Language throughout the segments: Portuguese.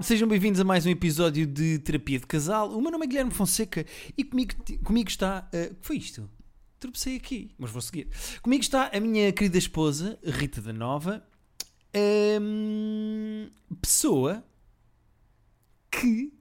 sejam bem-vindos a mais um episódio de Terapia de Casal. O meu nome é Guilherme Fonseca e comigo, comigo está. ah, O que foi isto? Tropecei aqui, mas vou seguir. Comigo está a minha querida esposa, Rita da Nova, hum, pessoa que.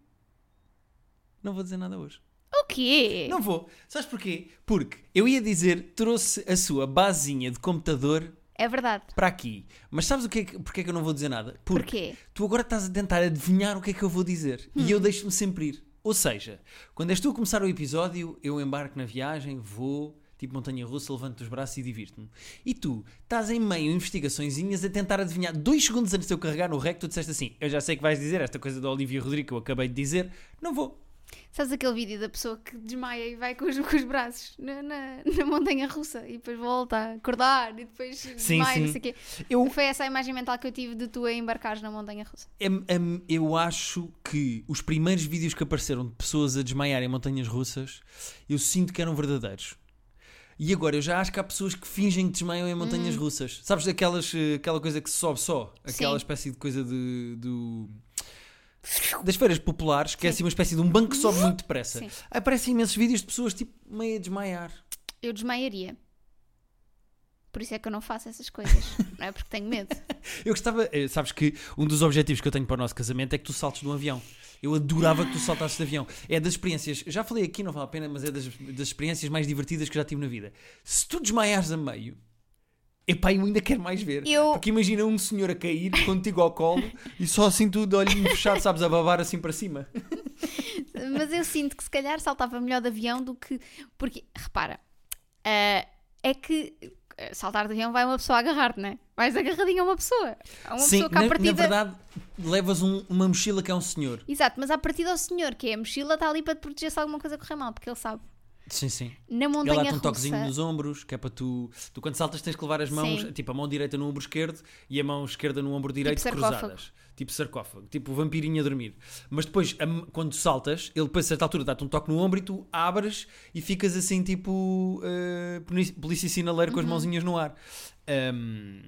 Não vou dizer nada hoje. O quê? Não vou. Sabes porquê? Porque eu ia dizer, trouxe a sua basinha de computador É verdade. para aqui. Mas sabes o que é que, porque é que eu não vou dizer nada? Porque Porquê? tu agora estás a tentar adivinhar o que é que eu vou dizer. E eu deixo-me sempre ir. Ou seja, quando és tu a começar o episódio, eu embarco na viagem, vou, tipo montanha russa, levanto os braços e divirto-me. E tu estás em meio a investigaçõezinhas a tentar adivinhar. Dois segundos antes de eu carregar no rec, tu disseste assim: Eu já sei que vais dizer esta coisa da Olivia Rodrigo que eu acabei de dizer. Não vou. Sabes aquele vídeo da pessoa que desmaia e vai com os, com os braços na, na- na montanha russa e depois volta a acordar e depois desmaia, sim. não sei o quê. Eu, Foi essa a imagem mental que eu tive de tu a embarcares na montanha russa. Em- em- eu acho que os primeiros vídeos que apareceram de pessoas a desmaiar em montanhas russas, eu sinto que eram verdadeiros. E agora eu já acho que há pessoas que fingem que desmaiam em montanhas russas. Sabes aquelas, eh, aquela coisa que se sobe só? Aquela Hum. Sim. espécie de coisa de, do- das feiras populares, que é assim uma espécie de um banco que sobe muito depressa. Uhum. Sim. Aparecem imensos vídeos de pessoas tipo meio a desmaiar. Eu desmaiaria. Por isso é que eu não faço essas coisas. não é porque tenho medo. Eu gostava, eh, sabes que um dos objetivos que eu tenho para o nosso casamento é que tu saltes de um avião. Eu adorava que tu saltasses de avião. É das experiências, já falei aqui, não vale a pena, mas é das, das experiências mais divertidas que eu já tive na vida. Se tu desmaiares a meio, epá, eu ainda quero mais ver. Eu- Porque imagina um senhor a cair contigo ao colo e só assim tu de olhinho fechado, sabes, a babar assim para cima. Mas eu sinto que se calhar saltava melhor de avião do que. Porque, repara, ah, é que ah, saltar de avião vai uma pessoa agarrar-te, não é? Vais agarradinho a uma pessoa. A uma Sim, pessoa que na, à na partida. verdade, levas um- uma mochila que é um senhor. Exato, mas à partida ao senhor, que é a mochila, está ali para te proteger se alguma coisa correr mal, porque ele sabe. Sim, sim. Na Ela montanha dá-te um toquezinho russa. nos ombros, que é para tu. Tu quando saltas tens que levar as mãos, Sim. tipo a mão direita no ombro esquerdo e a mão esquerda no ombro direito sarcófago. cruzadas. Tipo sarcófago, tipo vampirinho a dormir. Mas depois, a m- quando saltas, ele depois a certa altura dá-te um toque no ombro e tu abres e ficas assim tipo eh, poni- polícia sinaleiro Uhum. com as mãozinhas no ar. Ahm,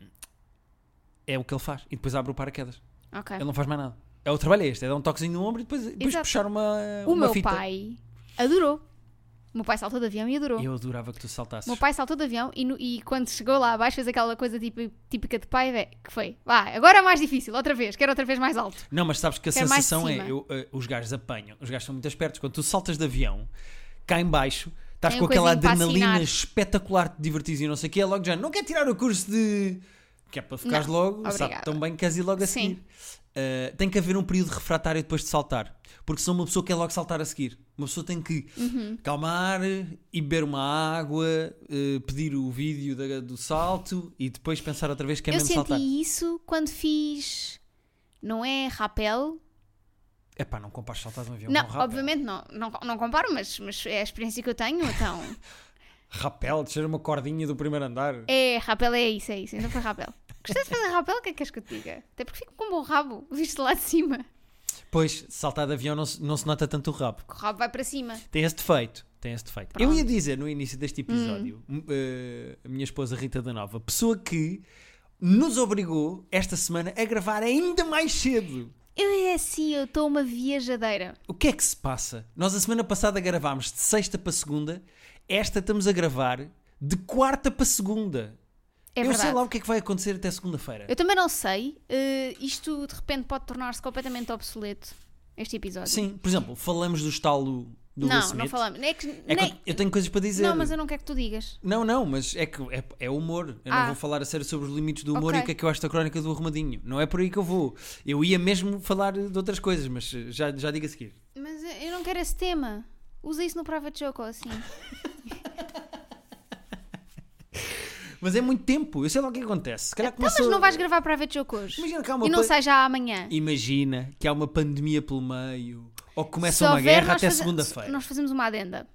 é o que ele faz. E depois abre o paraquedas. Ok. Ele não faz mais nada. É o trabalho é este, é dar um toquezinho no ombro e depois, depois Exato. puxar uma, O uma meu fita. pai adorou. O meu pai saltou de avião e adorou. Eu adorava que tu saltasses. O meu pai saltou de avião e, no- e quando chegou lá abaixo fez aquela coisa tipo- típica de pai, vé, que foi, vá, agora é mais difícil, outra vez, quero outra vez mais alto. Não, mas sabes que a Quero mais de sensação é: cima. eu, eh, os gajos apanham, os gajos são muito espertos. Quando tu saltas de avião, cá em baixo, estás Tem com um aquela coisinho para adrenalina assinar. espetacular de divertir e não sei o que, é logo já, não quer tirar o curso de. que é para ficares Não, logo, sabe obrigada. tão bem que queres ir logo a Sim. seguir. Eh, tem que haver um período refratário depois de saltar, porque senão uma pessoa quer logo saltar a seguir. Uma pessoa tem que Uhum. calmar e beber uma água, eh, pedir o vídeo da- do salto e depois pensar outra vez que é eu mesmo senti saltar. isso quando fiz, não é rapel? É pá, não compares saltar de um avião Não, com um rapel. obviamente não, não, não comparo, mas, mas é a experiência que eu tenho, então... Rapel, descer uma cordinha do primeiro andar. É, rapel é isso, é isso. Então foi rapel. Gostaste de fazer rapel? O que é que queres que eu te diga? Até porque fico com um bom rabo, visto lá de cima. Pois, saltar de avião não se, não se nota tanto o rabo. Que o rabo vai para cima. Tem esse defeito. Tem esse defeito. Eu ia dizer no início Hum. deste episódio, m- eh, a minha esposa Rita da Nova, pessoa que nos obrigou esta semana a gravar ainda mais cedo. Eu é assim, eu estou uma viajadeira. O que é que se passa? Nós a semana passada gravámos de sexta para segunda, esta estamos a gravar de quarta para segunda. É Eu verdade. sei lá o que é que vai acontecer até segunda-feira. Eu também não sei. eh, isto de repente pode tornar-se completamente obsoleto. Este episódio. Sim, por exemplo, falamos do estalo do Will não, Smith. não falamos. É que, É que nem- eu- eu tenho coisas para dizer. Não, mas eu não quero que tu digas. Não, não, mas é que é, é humor. Eu não Ah. vou falar a sério sobre os limites do humor Ok. e o que é que eu acho da crónica do arrumadinho. Não é por aí que eu vou. Eu ia mesmo falar de outras coisas, mas eh, já, já digo a seguir. Mas eu eu não quero esse tema. Usa isso no Private Joke ou assim. Mas é muito tempo, eu sei lá o que acontece. Se calhar Então, mas começou- não vais gravar Private Joke hoje. Imagina que há uma e não pa- sai já amanhã. Imagina que há uma pandemia pelo meio ou que Se começa uma houver, guerra nós até faze- segunda-feira. Nós fazemos uma adenda.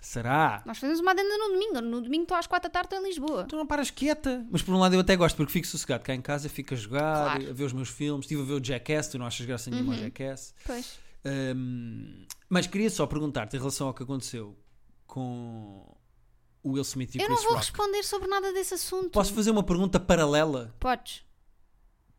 Será? Nós fazemos uma adenda no domingo. No domingo estou às 4 da tarde estou em Lisboa. Tu não paras quieta. Mas por um lado eu até gosto, porque fico sossegado cá em casa, fico a jogar, Claro. Uhum. a ver os meus filmes. Estive a ver o Jackass, tu não achas graça nenhuma ao Jackass. Pois. Hum, mas queria só perguntar-te em relação ao que aconteceu com o Will Smith e o Eu não Chris vou Rock. responder sobre nada desse assunto. Posso fazer uma pergunta paralela? Podes,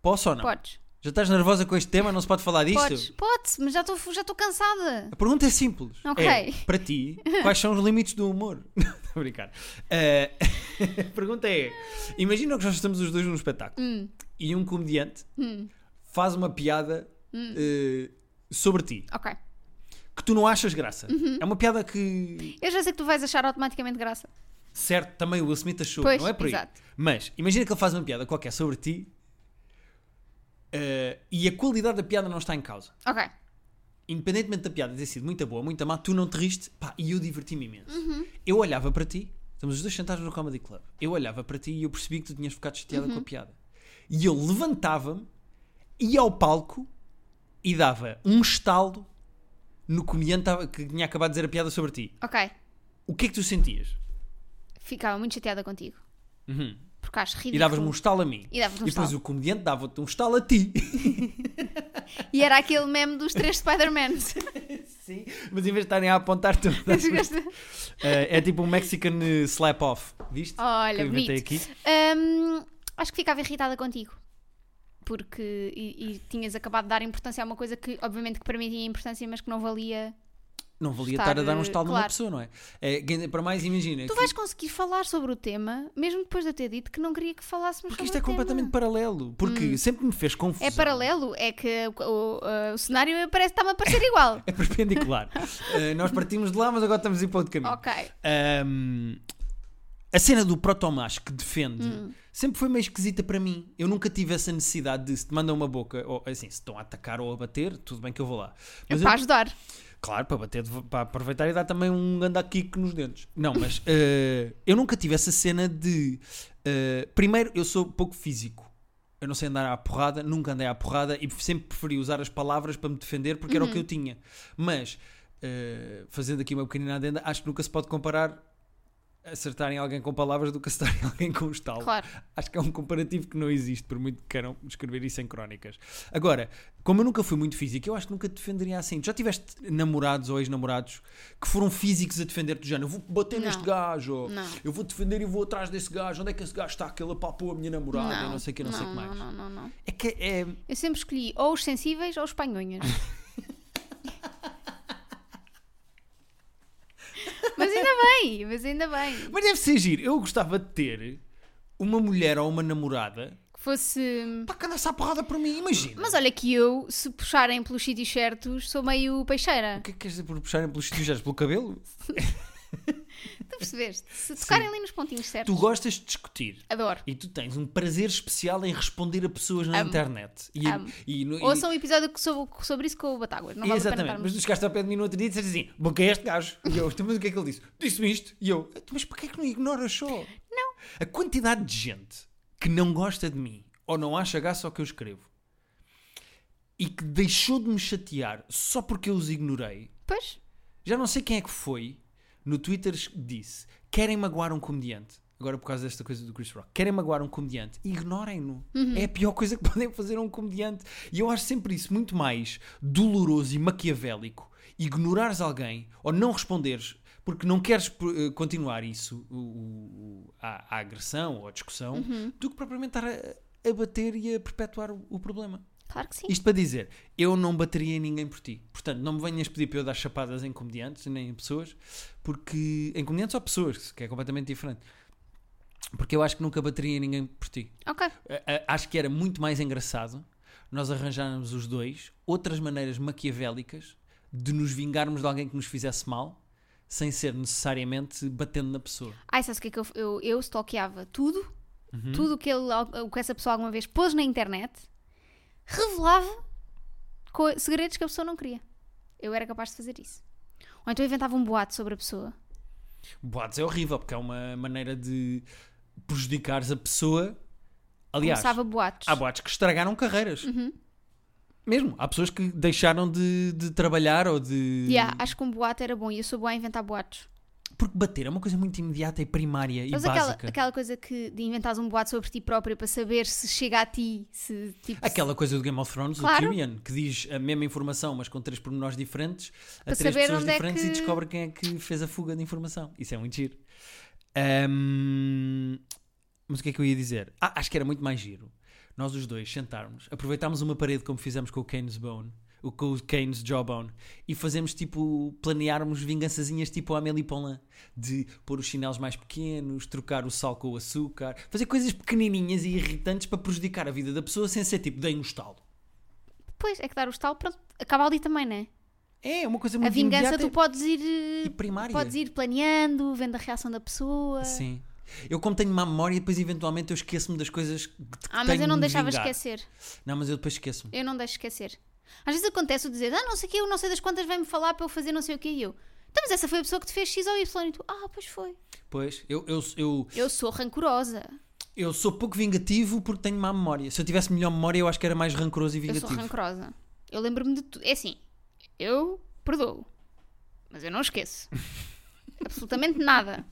Posso ou não? podes. Já estás nervosa com este tema? Não se pode falar disto? Podes, podes, mas já estou já estou cansada. A pergunta é simples. Ok. É, para ti, quais são os limites do humor? Estou a brincar. Eh, a pergunta é: imagina que nós estamos os dois num espetáculo Hum. e um comediante faz uma piada Hum. eh, sobre ti Ok. que tu não achas graça. Uhum. É uma piada que, Eu já sei que tu vais achar automaticamente graça. certo, também o Will Smith achou, Pois, não é por aí. exato. Mas imagina que ele faz uma piada qualquer sobre ti eh, e a qualidade da piada não está em causa. Ok. independentemente da piada ter sido muito boa, muito má, tu não te riste, pá, e eu diverti-me imenso. Uhum. Eu olhava para ti, estamos os dois sentados no Comedy Club, eu olhava para ti e eu percebi que tu tinhas ficado chateada Uhum. com a piada. E eu levantava-me, ia ao palco e dava um estalo no comediante tava- que tinha acabado de dizer a piada sobre ti. Ok. O que é que tu sentias? Ficava muito chateada contigo. Uhum. Porque acho ridículo. E davas-me um estalo a mim. E davas-me um depois estalo. o comediante dava-te um estalo a ti. E era aquele meme dos três Spider-Mans. Sim. Mas em vez de estarem a apontar, tu Eh, é tipo um Mexican eh, slap off, viste? Olha, que eu inventei bonito. aqui. Hum, acho que ficava irritada contigo. Porque. E, e tinhas acabado de dar importância a uma coisa que, obviamente, que para mim tinha importância, mas que não valia. Não valia Estar, estar, a dar um eh, estalo numa claro. pessoa, não é? É, que ainda- para mais, imagina. Tu que- vais conseguir falar sobre o tema, mesmo depois de eu ter dito que não queria que falássemos porque sobre isto é o tema. completamente paralelo. Porque sempre me fez confusão. É paralelo, é que o, o- o- o cenário parece está-me a parecer igual. É perpendicular. Eh, nós partimos de lá, mas agora estamos a ir para outro caminho. ok. Ahm, a cena do protomás que defende sempre foi meio esquisita para mim. Eu nunca tive essa necessidade de se te mandam uma boca, ou assim, se estão a atacar ou a bater, tudo bem que eu vou lá. É Mas eu para ajudar. Claro, para bater, de- para aproveitar e dar também um ganda kick nos dentes. Não, mas eh, eu nunca tive essa cena de. eh, primeiro, eu sou pouco físico. Eu não sei andar à porrada, nunca andei à porrada e sempre preferi usar as palavras para me defender porque era o que eu tinha. Mas, eh, fazendo aqui uma pequenina adenda, acho que nunca se pode comparar acertarem alguém com palavras do que acertarem alguém com um estalo. Claro. Acho que é um comparativo que não existe, por muito que queiram escrever isso em crónicas. Agora, como eu nunca fui muito físico, eu acho que nunca te defenderia assim. Tu Já tiveste namorados ou ex-namorados que foram físicos a defender-te do género? Eu vou bater Não. neste gajo, ou Não. eu vou defender e vou atrás desse gajo, onde é que esse gajo está? Que ele apapou a minha namorada, não, não, Ah, não sei o que, não, sei o que mais. Não, não, não. É que é. Eu sempre escolhi ou os sensíveis ou os panhonhas. mas ainda bem, mas ainda bem. Mas deve ser giro. Eu gostava de ter uma mulher ou uma namorada Que fosse. para que andasse à porrada por mim, imagina. Mas olha que eu, se puxarem pelos sítios certos, sou meio peixeira. O que é que queres dizer por puxarem pelos tijolos pelo cabelo? Tu percebeste? Se tocarem ali nos pontinhos certos. Tu gostas de discutir. Adoro. E tu tens um prazer especial em responder a pessoas na internet. E, Amo. e no- e- Ouçam um episódio que sou- sobre isso com o Batáguas. Não vale a pena Exatamente, mas estarmos. tu chegaste ao pé de mim no outro dia e disseste assim: Boquei este gajo. E eu, "Então, mas o que é que ele disse? Disse-me isto. E eu, "Então, mas porquê é que não ignoras só? Não. A quantidade de gente que não gosta de mim ou não acha graça ao que eu escrevo e que deixou de me chatear só porque eu os ignorei, Pois? já não sei quem é que foi, no Twitter disse: querem magoar um comediante. Agora, por causa desta coisa do Chris Rock, querem magoar um comediante, ignorem-no. É a pior coisa que podem fazer a um comediante. E eu acho sempre isso muito mais doloroso e maquiavélico. Ignorares alguém ou não responderes porque não queres por- eh, continuar isso, o, o- o- a, a agressão ou a discussão, do que propriamente estar a, a bater e a perpetuar o- o problema. Claro que sim. Isto para dizer, eu não bateria em ninguém por ti. Portanto, não me venhas pedir para eu dar chapadas em comediantes, nem em pessoas, porque. Em comediantes ou pessoas, que é completamente diferente. Porque eu acho que nunca bateria em ninguém por ti. Ok. A- a- Acho que era muito mais engraçado nós arranjarmos os dois outras maneiras maquiavélicas de nos vingarmos de alguém que nos fizesse mal, sem ser necessariamente batendo na pessoa. Ai, sabes o que é que eu, eu, eu stalkeava? Tudo. Uhum. Tudo o que, ele, o que essa pessoa alguma vez pôs na internet revelava co- segredos que a pessoa não queria. Eu era capaz de fazer isso. Ou então inventava um boato sobre a pessoa. Boatos é horrível, porque é uma maneira de prejudicares a pessoa. Aliás. Começava boatos. Há boatos que estragaram carreiras. Uhum. Mesmo. Há pessoas que deixaram de, de trabalhar ou de. Yeah, acho que um boato era bom e eu sou boa a inventar boatos. Porque bater é uma coisa muito imediata e primária Mas e aquela, básica. Aquela... aquela coisa que de inventares um boato sobre ti própria para saber se chega a ti, se É tipo. coisa do Game of Thrones, Claro. do Tyrion, que diz a mesma informação, mas com três pormenores diferentes, a Para três saber pessoas onde é diferentes e que- descobre quem é que fez a fuga de informação. Isso é muito giro. Ahm, Mas o que é que eu ia dizer? Ah, acho que era muito mais giro. Nós os dois sentarmos, aproveitarmos uma parede como fizemos com o Kane's Bone, o, com o Kane's Jawbone, e fazermos tipo, planearmos vingançazinhas tipo a Amélie Poulain, de pôr os chinelos mais pequenos, trocar o sal com o açúcar, fazer coisas pequenininhas e irritantes para prejudicar a vida da pessoa sem ser tipo, dei um estalo. Pois, é que dar o estalo, pronto, acaba ali também, não é? É, uma coisa A muito vingança imediata tu podes ir, eh, e primária. podes ir planeando, vendo a reação da pessoa. Sim. Eu como tenho má memória, depois eventualmente eu esqueço-me das coisas que que Ah, mas tenho eu não de deixava vingar. esquecer. Não, mas eu depois esqueço-me. Eu não deixo esquecer. Às vezes acontece o dizer, ah, não sei o que, eu não sei das quantas vem-me falar para eu fazer não sei o que e eu. Então, mas essa foi a pessoa que te fez X ou Y e tu, ah, pois foi. Pois, eu, eu, eu, Eu sou rancorosa. eu sou pouco vingativo porque tenho má memória. Se eu tivesse melhor memória, eu acho que era mais rancoroso e Eu sou vingativo. rancorosa. Eu lembro-me de tudo. É assim, eu perdoo, mas eu não esqueço. Absolutamente nada.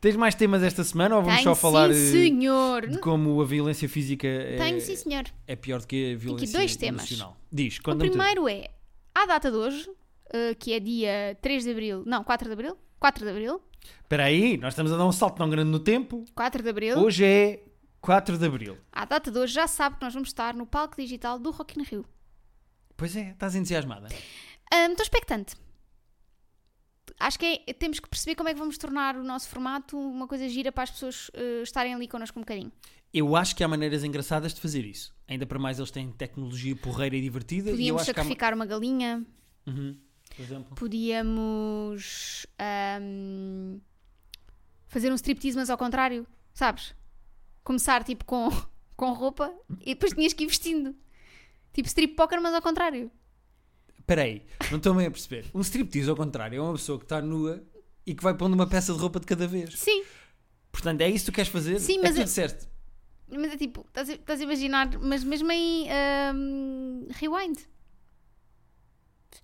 Tens mais temas esta semana ou vamos Tenho só falar eh, sim, senhor. de como a violência física é, Tenho sim, senhor. é pior do que a violência dois temas. emocional? Diz, O conta-me tudo. primeiro é, à data de hoje, eh, que é dia 3 de Abril, não, 4 de Abril, 4 de Abril, Espera aí, nós estamos a dar um salto tão grande no tempo. 4 de Abril, Hoje é 4 de Abril. à data de hoje já sabe que nós vamos estar no palco digital do Rock in Rio. Pois é, estás entusiasmada. Ahm, Estou expectante. Acho que é- temos que perceber como é que vamos tornar o nosso formato uma coisa gira para as pessoas eh, estarem ali connosco um bocadinho. Eu acho que há maneiras engraçadas de fazer isso. Ainda para mais eles têm tecnologia porreira e divertida. e eu Podíamos acho que há... ma- sacrificar uma galinha, Uhum, Por exemplo. podíamos ahm, fazer um striptease, mas ao contrário, sabes? Começar tipo com, com roupa e depois tinhas que ir vestindo. Tipo strip poker, mas ao contrário. Espera aí, não estou bem a perceber. Um striptease, ao contrário, é uma pessoa que está nua e que vai pondo uma peça de roupa de cada vez. Sim, Portanto, é isso que tu queres fazer? é Sim, mas que tu eu- disseste. mas é tipo, estás a, estás a imaginar, mas mesmo em ahm, rewind.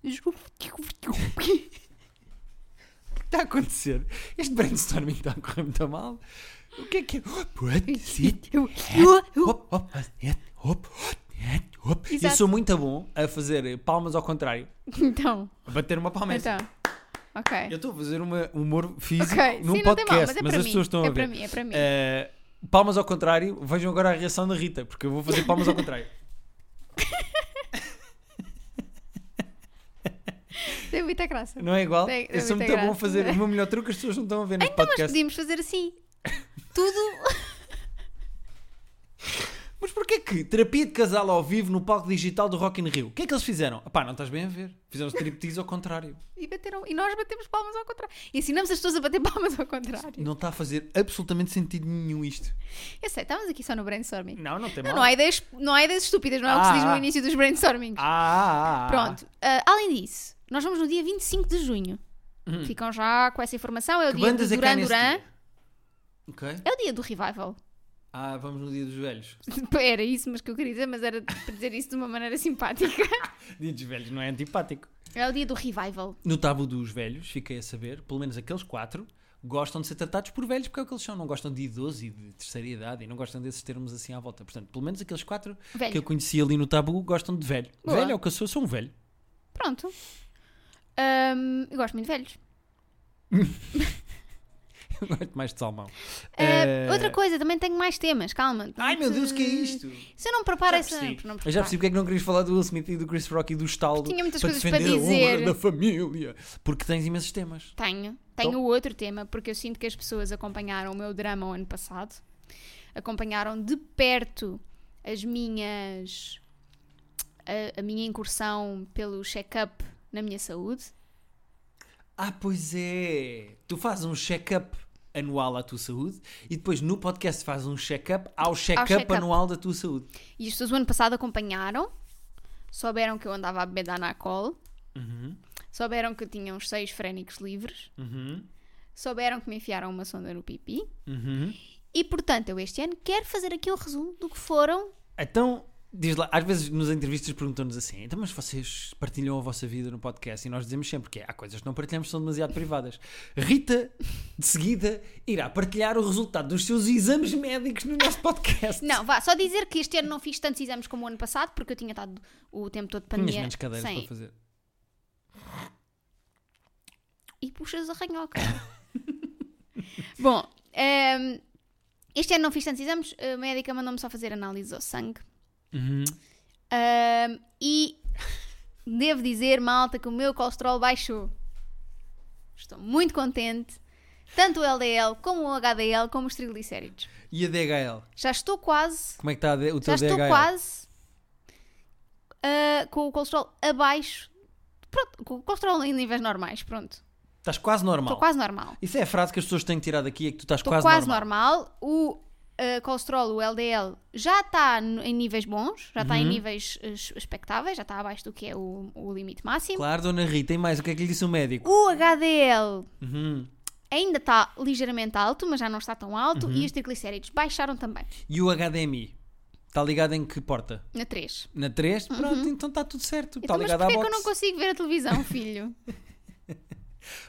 O que está a acontecer? Este brainstorming está a correr muito mal. O que é que é? What sit, hop, hop, net, hop, net, hop. Eu Exato. sou muito bom a fazer palmas ao contrário. Então, A bater uma palma. é assim. então. Ok. Eu estou a fazer uma- um humor físico Ok, num sim, não tem mal, podcast, mas mas é as para mim. pessoas estão É a ver. para mim, é para mim. Eh, palmas ao contrário, vejam agora a reação da Rita, porque eu vou fazer palmas ao contrário. Tem muita graça. Não é igual? Tem- tem eu sou muita muito bom a graça. fazer o meu melhor truque, as pessoas não estão a ver neste Tipo podcast. Então, Podíamos fazer assim. Tudo. Mas porquê que terapia de casal ao vivo no palco digital do Rock in Rio? O que é que eles fizeram? Pá, não estás bem a ver. Fizeram striptease ao contrário. E, bateram, e nós batemos palmas ao contrário. Ensinamos as pessoas a bater palmas ao contrário. Não está a fazer absolutamente sentido nenhum isto. Eu sei, estávamos aqui só no brainstorming. Não, não é. tem Não, mal. não, há, ideias, não há ideias estúpidas, não é o que se diz Ah, no ah. início dos brainstormings. Ah, ah, ah, ah. Pronto. ah, além disso, nós vamos no dia 25 de junho. Ficam já com essa informação. É o Hum. Que dia do bandas é que há Duran nesse Duran. dia? Ok. É o dia do revival. Ah, vamos no dia dos velhos. Era isso, mas que eu queria dizer, mas era para dizer isso de uma maneira simpática. Dia dos velhos não é antipático. É o dia do revival. No tabu dos velhos, fiquei a saber, pelo menos aqueles quatro, gostam de ser tratados por velhos porque é o que eles são. Não gostam de idoso e de terceira idade e não gostam desses termos assim à volta. Portanto, pelo menos aqueles quatro Velho. que eu conheci ali no tabu gostam de velho. Boa. Velho é o que eu sou, eu sou um velho. Pronto. Ahm, eu gosto muito de velhos. Eu gosto mais de salmão. Ah, Eh, Outra coisa, também tenho mais temas, calma. Ai meu Deus, o que é isto? Se eu não preparo Já essa. percebi. Não Eu já preparo. percebi porque é que não querias falar do Will Smith e do Chris Rock e do Estalo Tinha muitas para coisas para defender a honra dizer. da família. Porque tens imensos temas. Tenho. Tenho Então- outro tema, porque eu sinto que as pessoas acompanharam o meu drama o ano passado, acompanharam de perto as minhas. a, a minha incursão pelo check-up na minha saúde. Ah, pois é. Tu fazes um check-up anual à tua saúde e depois no podcast fazes um check-up ao check-up check-up. anual da tua saúde. E as pessoas o ano passado acompanharam, souberam que eu andava a beber Danacol, Uhum. souberam que eu tinha uns seis frénicos livres, Uhum. souberam que me enfiaram uma sonda no pipi. Uhum. E portanto, eu este ano quero fazer aqui um resumo do que foram. Então, diz lá, às vezes nas entrevistas perguntam-nos assim: então, mas vocês partilham a vossa vida no podcast? E nós dizemos sempre que é, há coisas que não partilhamos que são demasiado privadas. Rita, de seguida, irá partilhar o resultado dos seus exames médicos no nosso podcast. Não, vá, só dizer que este ano não fiz tantos exames como o ano passado, porque eu tinha estado o tempo todo de Tinhas pandemia. menos cadeiras sem- para fazer. E puxas a ranhoca. Bom, ehm, Este ano não fiz tantos exames, a médica mandou-me só fazer análise ao sangue. Uhum. Ahm, e devo dizer, malta, que o meu colesterol baixou. Estou muito contente. Tanto o LDL, como o HDL, como os triglicéridos. E a DHL? Já estou quase, Como é que está a D- o já teu estou DHL? quase ah, com o colesterol abaixo. Pronto, com o colesterol em níveis normais, pronto. Estás quase normal. Estou quase normal. Isso é a frase que as pessoas têm que tirar daqui, é que tu estás Estou quase, quase, normal. normal. O eh, colesterol, o LDL, já está no- em níveis bons, já está em Uhum. níveis eh, expectáveis, já está abaixo do que é o, o limite máximo. Claro, dona Rita, e mais, o que é que lhe disse o médico? O HDL Uhum. ainda está ligeiramente alto, mas já não está tão alto, Uhum. e os triglicéridos baixaram também, E o HDMI? Está Tá ligado em que porta? na 3. Na 3? Pronto, então está tudo certo. Está Então, mas Tá ligado à porquê é que box. eu não consigo ver a televisão, filho?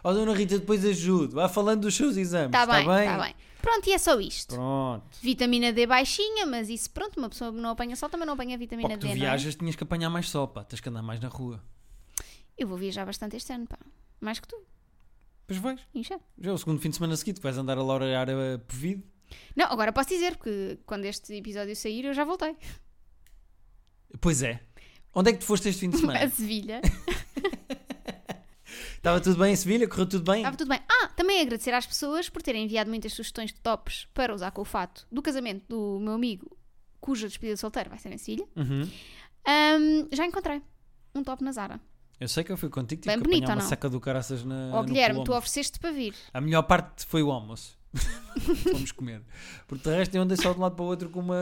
Ó, dona Rita, depois ajudo. Vá falando dos seus exames. Está Está Tá bem, está bem. Pronto, e é só isto. tá Pronto. Vitamina D baixinha, mas isso, pronto, uma pessoa não apanha sol, também não apanha Pô, vitamina que tu D, não é? viajas, tinhas que apanhar mais sol, pá. Tens que andar mais na rua. Eu vou viajar bastante este ano, pá. Mais que tu, Pois vais. incha. Já é o segundo fim de semana seguido. que Vais andar a laurear a Covid. Não, agora posso dizer, porque quando este episódio sair eu já voltei Pois é. Onde é que tu foste este fim de a semana? Sevilha. Estava tudo bem em Sevilha? Correu tudo bem? Estava tudo bem. Ah, também agradecer às pessoas por terem enviado muitas sugestões de tops para usar com o fato do casamento do meu amigo, cuja despedida de solteiro vai ser em Sevilha. Uhum. Ahm, já encontrei um top na Zara. Eu sei que eu fui contigo, tive Bem que bonito, apanhar ou uma não? saca do caraças na. Ó Ah, no Guilherme, tu Colombo. ofereceste para vir. A melhor parte foi o almoço. Fomos comer. Porque de resto eu andei só de um lado para o outro com uma-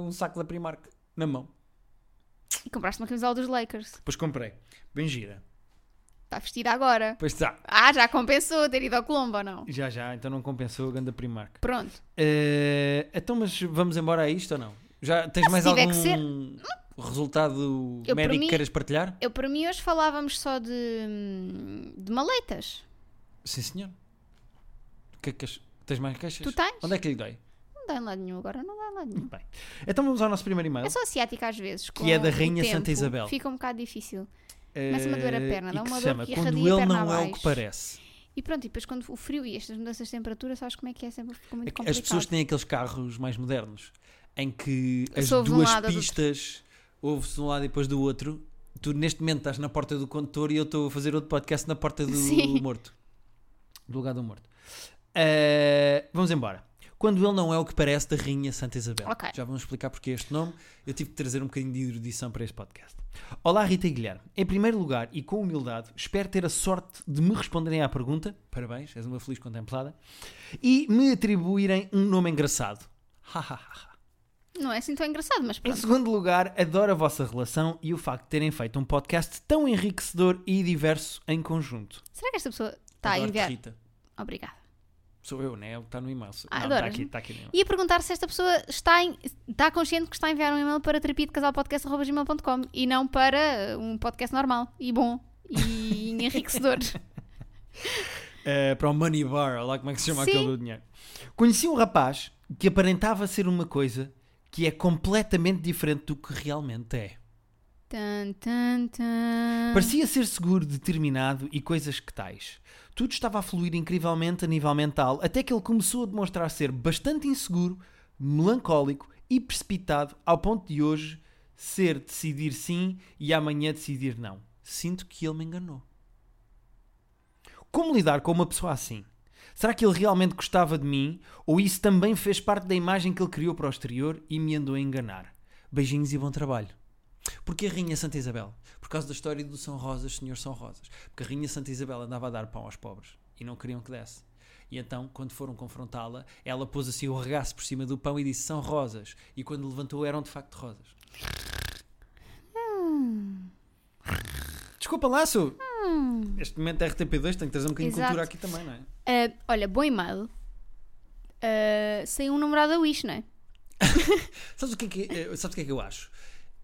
um saco da Primark na mão. E compraste uma camisola dos Lakers. Depois comprei. Bem gira. Está vestida agora. Pois tá. está. Ah, já compensou ter ido ao Colombo ou não? Já, já. Então não compensou a ganda Primark. Pronto. Eh, então, mas vamos embora a isto ou não? Já tens Ah, se mais tiver algum que resultado Eu, por médico mim- que queiras partilhar? Eu, para mim, hoje falávamos só de, hum, de maletas. Sim, senhor. O que é que queres- Tens mais queixas? Tu tens? Onde é que lhe dói? Não dá em lado nenhum agora, não dá em lado nenhum. Bem. Então vamos ao nosso primeiro e-mail. Eu sou asiática às vezes. com é da o Rainha tempo. Santa Isabel. Fica um bocado difícil. Eh, começa-me a doer a perna, e dá que É uma se dor chama que Quando irradia ele a perna não é o que abaixo. parece. E pronto, e depois quando o frio e estas mudanças de temperatura, sabes como é que é? Sempre fica muito É que complicado. As pessoas têm aqueles carros mais modernos em que as Se ouve de um duas lado ou do outro. pistas ouve-se de um lado e depois do outro. Tu neste momento estás na porta do condutor e eu estou a fazer outro podcast na porta do Sim. morto. Do lugar do morto. Eh, vamos embora. Quando ele não é o que parece da Rainha Santa Isabel. Ok. Já vamos explicar porque este nome. Eu tive de trazer um bocadinho de erudição para este podcast. Olá, Rita e Guilherme. Em primeiro lugar e com humildade, espero ter a sorte de me responderem à pergunta. Parabéns, és uma feliz contemplada. E me atribuírem um nome engraçado. Ha, ha, ha, ha. Não é assim tão engraçado, mas Em pronto. segundo lugar, adoro a vossa relação e o facto de terem feito um podcast tão enriquecedor e diverso em conjunto. Será que esta pessoa está a Adoro-te, enviar? Rita. Obrigada. Sou eu, né? É o que está no e-mail. Ah, Não, está adoras, aqui, não? está aqui no e-mail. E a perguntar se esta pessoa está, em- está consciente que está a enviar um e-mail para terapia de e não para uh, um podcast normal e bom e enriquecedor. Eh, para o Money Bar, ou lá como é que se chama Sim. aquele do dinheiro. Conheci um rapaz que aparentava ser uma coisa que é completamente diferente do que realmente é. tan, tan, tan. Parecia ser seguro, determinado e coisas que tais. Tudo estava a fluir incrivelmente a nível mental, até que ele começou a demonstrar ser bastante inseguro, melancólico e precipitado, ao ponto de hoje ser decidir sim e amanhã decidir não. Sinto que ele me enganou. Como lidar com uma pessoa assim? Será que ele realmente gostava de mim? Ou isso também fez parte da imagem que ele criou para o exterior e me andou a enganar? Beijinhos e bom trabalho. Porquê a Rainha Santa Isabel? Por causa da história do São Rosas, Senhor São Rosas. Porque a Rainha Santa Isabel andava a dar pão aos pobres e não queriam que desse. E então, quando foram confrontá-la, ela pôs assim o regaço por cima do pão e disse São Rosas. E quando levantou, eram de facto rosas. Desculpa, Laço! Este momento é RTP2, tem que trazer um bocadinho de Exato. cultura aqui também, não é? Ah, olha, bom e-mail. Ah, sem um namorado da Wish, não é? Sabes o que é que, eh, sabes o que, é que eu acho?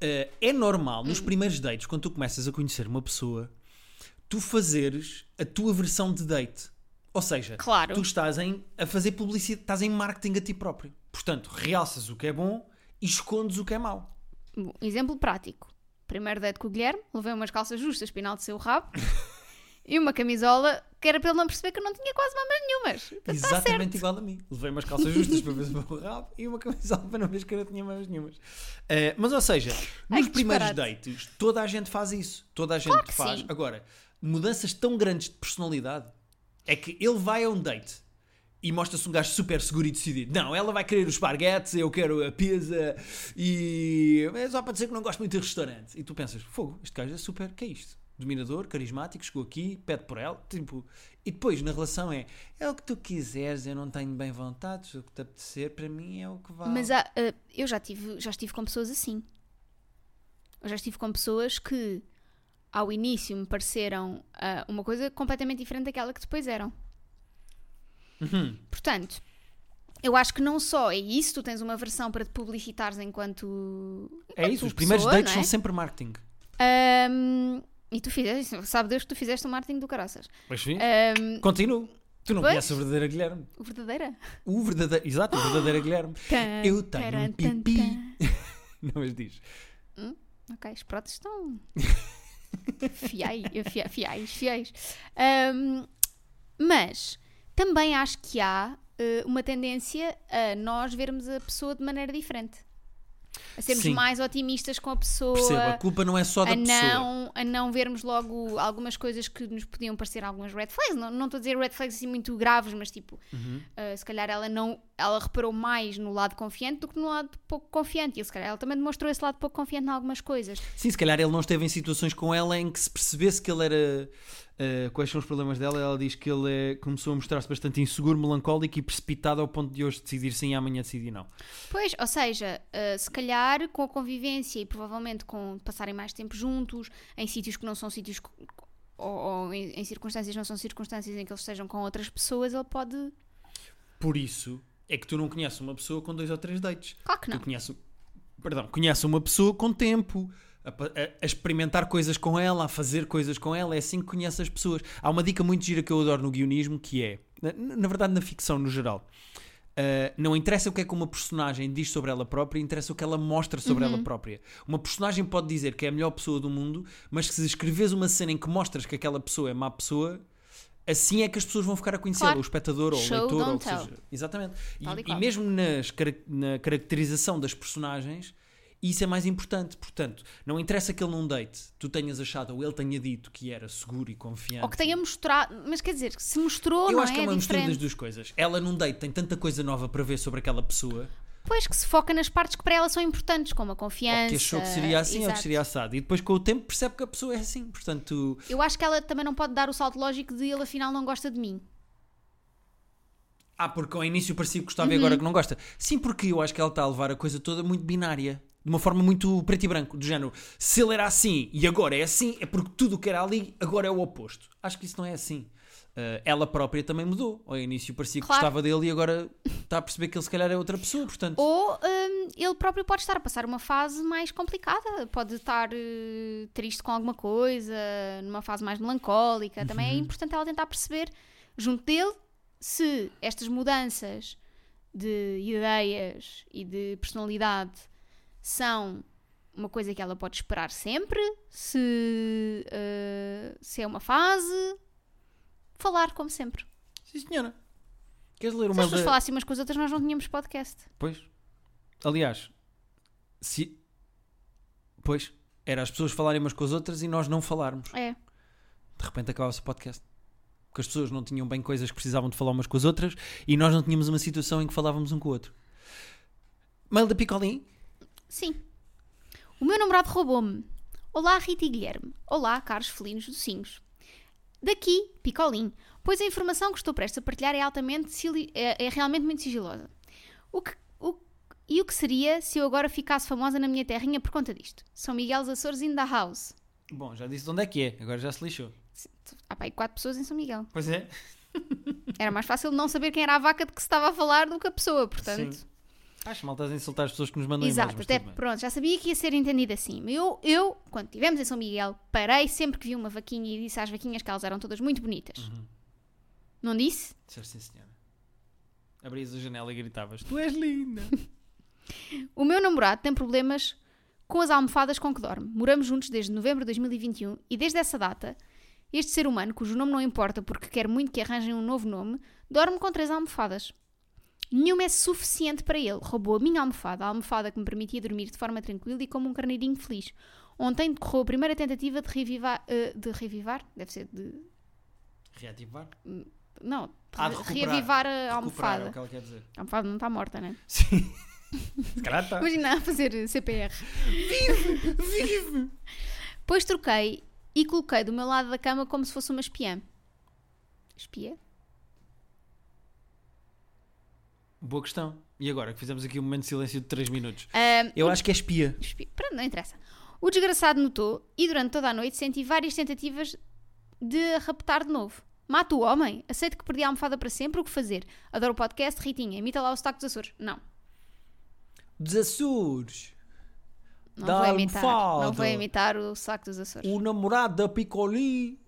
Eh, é normal, nos primeiros dates, quando tu começas a conhecer uma pessoa, tu fazeres a tua versão de date. Ou seja, Claro. tu estás em, a fazer publicidade, estás em marketing a ti próprio. Portanto, realças o que é bom e escondes o que é mau. Bom, exemplo prático. Primeiro date com o Guilherme, levei umas calças justas para enaltecer o rabo e uma camisola que era para ele não perceber que eu não tinha quase mamas nenhumas. Portanto, está Tá certo. Exatamente igual a mim. Levei umas calças justas para ver se o meu rabo e uma camisola para não ver que eu não tinha mamas nenhumas. Eh, mas, ou seja, Ai, nos que primeiros disparate. dates, toda a gente faz isso. Toda a gente que faz. sim. Agora, mudanças tão grandes de personalidade é que ele vai a um date e mostra-se um gajo super seguro e decidido. Não, ela vai querer os esparguetes, eu quero a pizza e. É só para dizer que não gosto muito de restaurante. E tu pensas, fogo, este gajo é super, que é isto? Dominador, carismático, chegou aqui, pede por ela, tipo. E depois na relação é, é o que tu quiseres, eu não tenho bem vontade, se o que te apetecer, para mim é o que vale. Mas há, ah, eu já, tive, já estive com pessoas assim. Eu já estive com pessoas que ao início me pareceram ah, uma coisa completamente diferente daquela que depois eram. Uhum. Portanto, eu acho que não só é isso, tu tens uma versão para te publicitares enquanto. é enquanto isso, os primeiros pessoa, dates não é? são sempre marketing. Ahm, e tu fizeste isso, sabe Deus que tu fizeste um marketing do caraças. Mas sim. Ahm, Continuo. Tu não Ah, pois. conheces o verdadeiro Guilherme. verdadeira? O verdadeiro, exato, o verdadeiro Guilherme. Tan, Eu tenho um taran, tan, pipi. tan. Não, mas diz. Ok, os pratos estão. fiai, fia- fiais, fiais. Ahm, mas também acho que há eh, uma tendência a nós vermos a pessoa de maneira diferente. A sermos Sim. mais otimistas com a pessoa. Perceba, a culpa não é só da a pessoa. não, a não vermos logo algumas coisas que nos podiam parecer algumas red flags. Não, não estou a dizer red flags assim muito graves, mas tipo, Uhum. ah, se calhar ela não ela reparou mais no lado confiante do que no lado pouco confiante. E se calhar ela também demonstrou esse lado pouco confiante em algumas coisas. Sim, se calhar ele não esteve em situações com ela em que se percebesse que ele era. eh, quais são os problemas dela? Ela diz que ele é- começou a mostrar-se bastante inseguro, melancólico e precipitado ao ponto de hoje decidir sim e amanhã decidir não. Pois, ou seja, ah, se calhar com a convivência e provavelmente com passarem mais tempo juntos, em sítios que não são sítios. co- Ou, ou em, em circunstâncias não são circunstâncias em que eles estejam com outras pessoas, ele pode. Por isso é que tu não conheces uma pessoa com dois ou três dates. Claro que não. Tu conheces, perdão, conheces uma pessoa com tempo, a, pa- a- a experimentar coisas com ela, a fazer coisas com ela, é assim que conheces as pessoas. Há uma dica muito gira que eu adoro no guionismo que é, na, na verdade, na ficção no geral. ah, não interessa o que é que uma personagem diz sobre ela própria, interessa o que ela mostra sobre Uhum. ela própria. Uma personagem pode dizer que é a melhor pessoa do mundo, mas que se escreves uma cena em que mostras que aquela pessoa é má pessoa, assim é que as pessoas vão ficar a conhecê-la, Claro. o espectador ou o Show, leitor ou o don't que tell. seja. Exatamente. E, Tal e e qual. mesmo nas carac- na caracterização das personagens, isso é mais importante. Portanto, não interessa que ele num date tu tenhas achado ou ele tenha dito que era seguro e confiante. Ou que tenha mostrado. Mas quer dizer, se mostrou, Eu não acho é? que é uma mistura diferente. das duas coisas. Ela num date tem tanta coisa nova para ver sobre aquela pessoa, Pois que se foca nas partes que para ela são importantes, como a confiança. ou que achou que seria assim ou que exato. seria assado. E depois com o tempo percebe que a pessoa é assim. Portanto, Eu acho que ela também não pode dar o salto lógico de ele afinal não gosta de mim. Ah, porque ao início parecia que Uhum. gostava e agora que não gosta. Sim, porque eu acho que ela está a levar a coisa toda muito binária. De uma forma muito preto e branco, do género, se ele era assim e agora é assim, é porque tudo o que era ali agora é o oposto. Acho que isso não é assim. Ah, ela própria também mudou. Ao início parecia que Claro. gostava dele e agora está a perceber que ele se calhar é outra pessoa, portanto. Ou hum, ele próprio pode estar a passar uma fase mais complicada, pode estar eh, triste com alguma coisa, numa fase mais melancólica. Também é importante ela tentar perceber, junto dele, se estas mudanças de ideias e de personalidade são uma coisa que ela pode esperar sempre, se, eh, se é uma fase. Falar, como sempre. Sim, senhora. Queres ler Se uma as pessoas falassem umas com as outras, nós não tínhamos podcast. Pois. Aliás, se. Pois. Era as pessoas falarem umas com as outras e nós não falarmos. É. de repente acabava-se o podcast. Porque as pessoas não tinham bem coisas que precisavam de falar umas com as outras e nós não tínhamos uma situação em que falávamos um com o outro. Mail da Picolim? Sim. O meu namorado roubou-me. Olá, Rita e Guilherme. Olá, caros felinos docinhos. Daqui, Picolim, pois a informação que estou prestes a partilhar é altamente sili- é, é realmente muito sigilosa. O que, o, e o que seria se eu agora ficasse famosa na minha terrinha por conta disto? São Miguel dos Açores in the house. Bom, já disse de onde é que é, agora já se lixou. Há pá, aí quatro pessoas em São Miguel. Pois é. Era mais fácil não saber quem era a vaca de que se estava a falar do que a pessoa, portanto. Sim. Acho mal estás a insultar as pessoas que nos mandam Exato, imagens. até pronto, já sabia que ia ser entendido assim. Mas Eu, eu, quando estivemos em São Miguel, parei sempre que vi uma vaquinha e disse às vaquinhas que elas eram todas muito bonitas. Uhum. Não disse? Disseste sim, senhora. Abrias a janela e gritavas: Tu és linda! O meu namorado tem problemas com as almofadas com que dorme. Moramos juntos desde novembro de 2021 e desde um essa data Este ser humano, cujo nome não importa porque quer muito que arranjem um novo nome, dorme com três almofadas. Nenhuma é suficiente para ele. Roubou a minha almofada, a almofada que me permitia dormir de forma tranquila e como um carneirinho feliz. Ontem decorreu a primeira tentativa de revivar. eh, de revivar? Deve ser de. Reativar? Não, de Ah, de recuperar. reavivar a Recuperar almofada. é o que ela quer dizer. A almofada não está morta, né? Sim. Se calhar tá. está. Imagina a fazer eh, CPR. Vive! Vive! Depois troquei e coloquei do meu lado da cama como se fosse uma espiã. Espia? Boa questão. E agora que fizemos aqui um momento de silêncio de 3 minutos? Ahm, Eu acho que é espia. Espi- Pronto, não interessa. O desgraçado notou e durante toda a noite senti várias tentativas de a raptar de novo. Mato o homem, aceito que perdi a almofada para sempre, o que fazer? Adoro o podcast, Ritinha, imita lá o sotaque dos Açores. Não, Dos Açores. não Dá vou imitar. almofada. Não vou imitar o sotaque dos Açores. O namorado da Picolin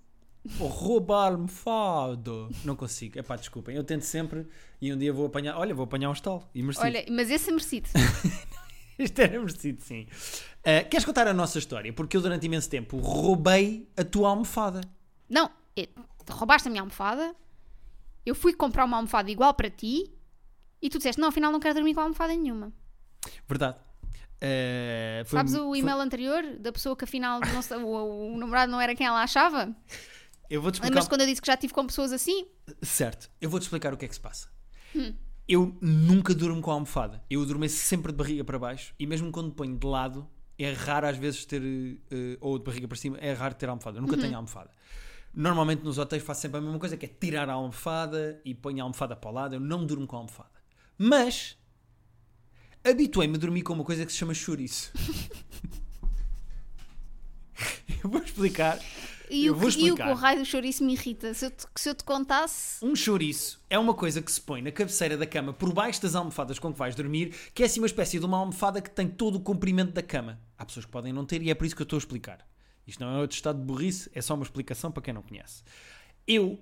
rouba a almofada. Não consigo. Epá, desculpem. Eu tento sempre e um dia vou apanhar. Olha, vou apanhar um estalo. E merecido. Olha, mas esse é merecido. Isto era merecido, sim. Ah, queres contar a nossa história? Porque eu durante imenso tempo roubei a tua almofada. não, eh, roubaste a minha almofada, eu fui comprar uma almofada igual para ti e tu disseste, não, afinal não quero dormir com almofada nenhuma. Verdade. Ah, foi- Sabes o foi- e-mail anterior da pessoa que afinal não sa- o- o namorado não era quem ela achava? Então Eu vou-te explicar. Lembras-te quando eu disse que já estive com pessoas assim? Certo, eu vou-te explicar o que é que se passa. Eu nunca durmo com a almofada. Eu adormeço sempre de barriga para baixo e mesmo quando ponho de lado, é raro às vezes ter, eh, ou de barriga para cima, é raro ter almofada. Eu nunca tenho almofada. Normalmente nos hotéis faço sempre a mesma coisa, que é tirar a almofada e ponho a almofada para o lado. Eu não durmo com a almofada. Mas, habituei-me a dormir com uma coisa que se chama chouriço. eu vou explicar. E, Eu o, vou que- e o que explicar. o raio do chouriço me irrita. Se eu te, se eu te contasse. Um chouriço é uma coisa que se põe na cabeceira da cama por baixo das almofadas com que vais dormir, que é assim uma espécie de uma almofada que tem todo o comprimento da cama. Há pessoas que podem não ter e é por isso que eu estou a explicar. Isto não é outro estado de burrice, é só uma explicação para quem não conhece. Eu,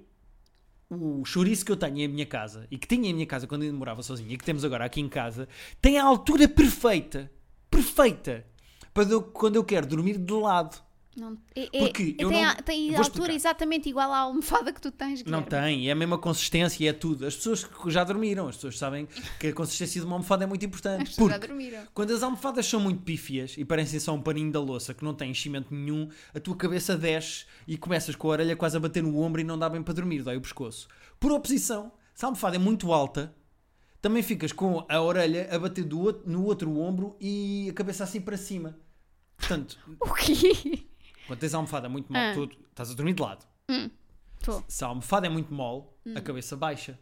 o chouriço que eu tenho em minha casa e que tinha em minha casa quando ainda morava sozinho e que temos agora aqui em casa, tem a altura perfeita, perfeita, para eu- quando eu quero dormir de lado. Não, é, é- Porque é- eu tem não- a, tem eu a vou altura explicar. exatamente igual à almofada que tu tens. Não Guilherme. tem, é a mesma consistência, é tudo. As pessoas que já dormiram, as pessoas sabem que a consistência de uma almofada é muito As importante. pessoas já porque dormiram. quando as almofadas são muito pífias e parecem só um paninho da louça que não tem enchimento nenhum, a tua cabeça desce e começas com a orelha quase a bater no ombro e não dá bem para dormir, dói o pescoço. Por oposição, se a almofada é muito alta, também ficas com a orelha a bater do outro- no outro ombro e a cabeça assim para cima. Portanto, O quê? quando tens a almofada muito mal, Ah. tu estás a dormir de lado. Tô. Se a almofada é muito mole, a Hum. cabeça baixa.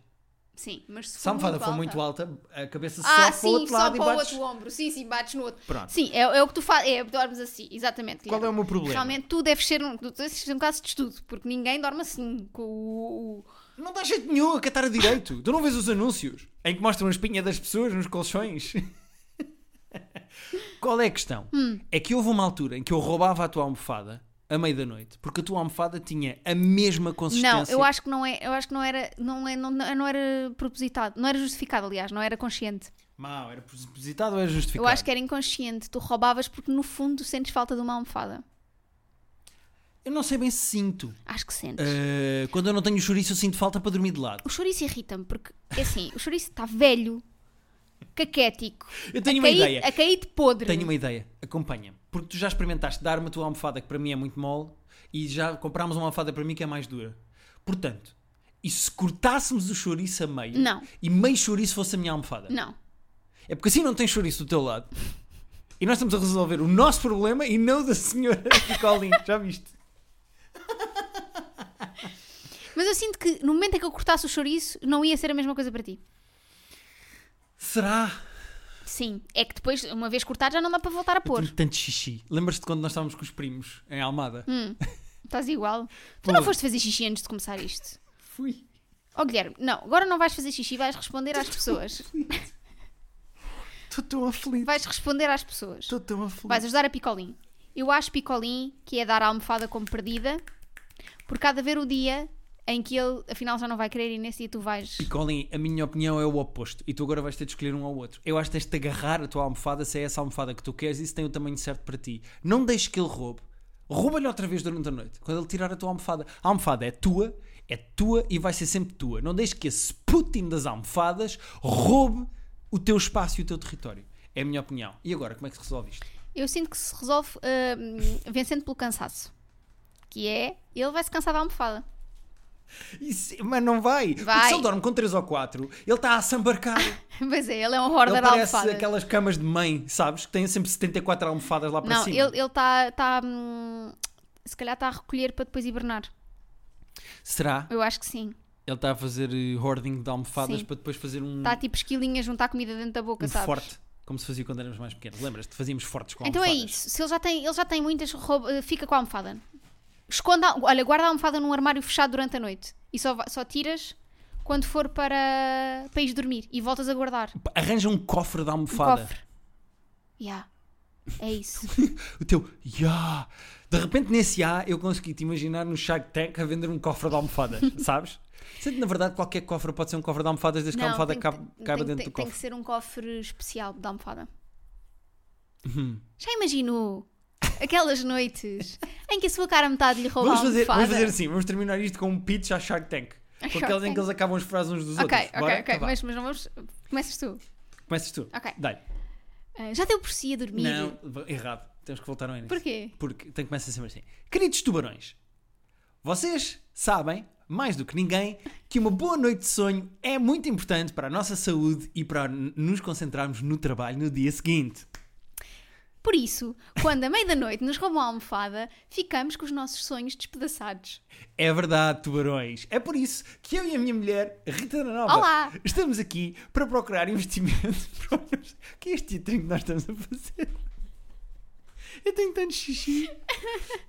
Sim, mas se Se a almofada for muito alta- alta, a cabeça Ah, sobe para o sim, outro só lado e para o bates. outro ombro. Sim, sim, bates no outro. Pronto. Sim, é, é o que tu fazes. É, dormes assim, exatamente. Qual é o meu problema? Realmente tu deves ser um, tu deves ser um caso de estudo, porque ninguém dorme assim com o- o, Não dá jeito nenhum a catar a direito. tu não vês os anúncios em que mostram a espinha das pessoas nos colchões? Qual é a questão? Hum. É que houve uma altura em que eu roubava a tua almofada à meia da noite, porque a tua almofada tinha a mesma Não, consistência. eu acho que não é, eu acho que não era, não, é, não, não era propositado, não era justificado, aliás, não era consciente. Mau, era propositado ou era Eu justificado? acho que era inconsciente, tu roubavas porque no fundo sentes falta de uma almofada. é- Eu não sei bem se sinto. Acho que sentes. Eh, quando eu não tenho chouriço, eu sinto falta para dormir de lado. O chouriço irrita-me porque é assim, o chouriço está velho, caquético, Eu tenho a uma cair, ideia. a cair de podre. Tenho uma ideia, acompanha-me. Porque tu já experimentaste dar-me a tua almofada, que para mim é muito mole, e já comprámos uma almofada para mim que é mais dura. Portanto, e se cortássemos o chouriço a meio, Não. e meio chouriço fosse a minha almofada? Não. É porque assim não tem chouriço do teu lado. E nós estamos a resolver o nosso problema e não o da senhora Picolin, já viste? Mas eu sinto que no momento em que eu cortasse o chouriço, não ia ser a mesma coisa para ti. Será? Sim, é que depois, uma vez cortado, já não dá para voltar a pôr. Tenho tanto xixi. Lembras-te quando nós estávamos com os primos em Almada? Estás igual. Tu não Podre. foste fazer xixi antes de começar isto. Fui. Oh Guilherme, não, agora não vais fazer xixi, vais responder às pessoas. Estou tão aflito. Vais responder às pessoas. Estou tão aflito. Vais ajudar a Picolim. Eu acho Picolim que é dar a almofada como perdida, porque há de haver o dia em que ele afinal já não vai querer e nesse dia tu vais. Colin, a minha opinião é o oposto e tu agora vais ter de escolher um ao outro. Eu acho que tens de agarrar a tua almofada se é essa almofada que tu queres e se tem o tamanho certo para ti. Não deixes que ele roube Rouba-lhe outra vez durante a noite. Quando ele tirar a tua almofada. A almofada é tua, é tua e vai ser sempre tua. Não deixes que esse Putin das almofadas roube o teu espaço e o teu território. É a minha opinião. E agora, como é que se resolve isto? Eu sinto que se resolve ah, vencendo pelo cansaço. Que é, ele vai se cansar da almofada. Isso- mas não vai. Porque Vai. se ele dorme com 3 ou 4, ele está a sambarcar. Ele Pois é, ele é um hoarder de parece almofadas. aquelas camas de mãe, sabes? Que têm sempre 74 almofadas lá para Não, cima. ele está. Tá, hum, se calhar está a recolher para depois hibernar. Será? Eu acho que sim. Ele está a fazer eh, hoarding de almofadas Sim. para depois fazer um, Está tipo esquilinha a juntar comida dentro da boca, um sabes? forte. Como se fazia quando éramos mais pequenos. Lembras-te? Fazíamos fortes com Então é almofadas. isso. Se ele já tem, ele já tem muitas, rouba- eh, fica com a almofada. Esconda, a- olha, guarda a almofada num armário fechado durante a noite e só, va- só tiras quando for para, para ires dormir e voltas a guardar. Pá, Arranja um cofre de Um almofada. cofre. Yeah. É isso. O teu. Ya! De repente, nesse A, eu consegui te imaginar no Shark Tank a vender um cofre de almofadas, sabes? Sendo que, na verdade, qualquer cofre pode ser um cofre de almofadas desde que a almofada tem que- cabe- tem- caiba tem- dentro tem, do tem cofre. que ser um cofre especial de almofada. Uhum. Já imaginou aquelas noites em que a sua cara metade lhe rouba Vamos a fazer, almofada? vamos fazer assim, vamos terminar isto com um pitch à Shark Tank. Com Shark aqueles em Tank. que eles acabam as frases uns dos Ok, outros. ok, Bora? ok, Então vá. mas, mas não vamos. Começas tu. Começas tu. Ok. Dai. Ah, já deu por si a dormir? Não, v- errado. Temos que voltar ao início. Porquê? Porque tem começa sempre assim. Queridos tubarões, vocês sabem, mais do que ninguém, que uma boa noite de sonho é muito importante para a nossa saúde e para n- nos concentrarmos no trabalho no dia seguinte. Por isso, quando a meia da noite nos roubam a almofada, ficamos com os nossos sonhos despedaçados. É verdade, tubarões. É por isso que eu e a minha mulher, Rita da Nova, Olá! estamos aqui para procurar investimento para o nosso- que é este titrinho que nós estamos a fazer? Eu tenho tanto xixi.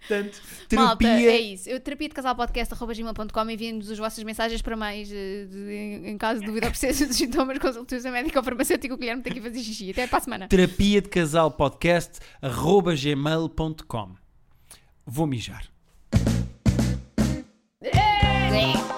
Tanto. Terapia. Malta, é isso. Eu terapia de casal podcast arroba gmail.com enviem-nos as vossas mensagens para mais eh, de- em- em caso de dúvida ou presença de sintomas, consultas a médica ou farmacêutico. O Guilherme tem que ir fazer xixi. Até para a semana. terapia de casal podcast arroba gmail.com Vou mijar. É.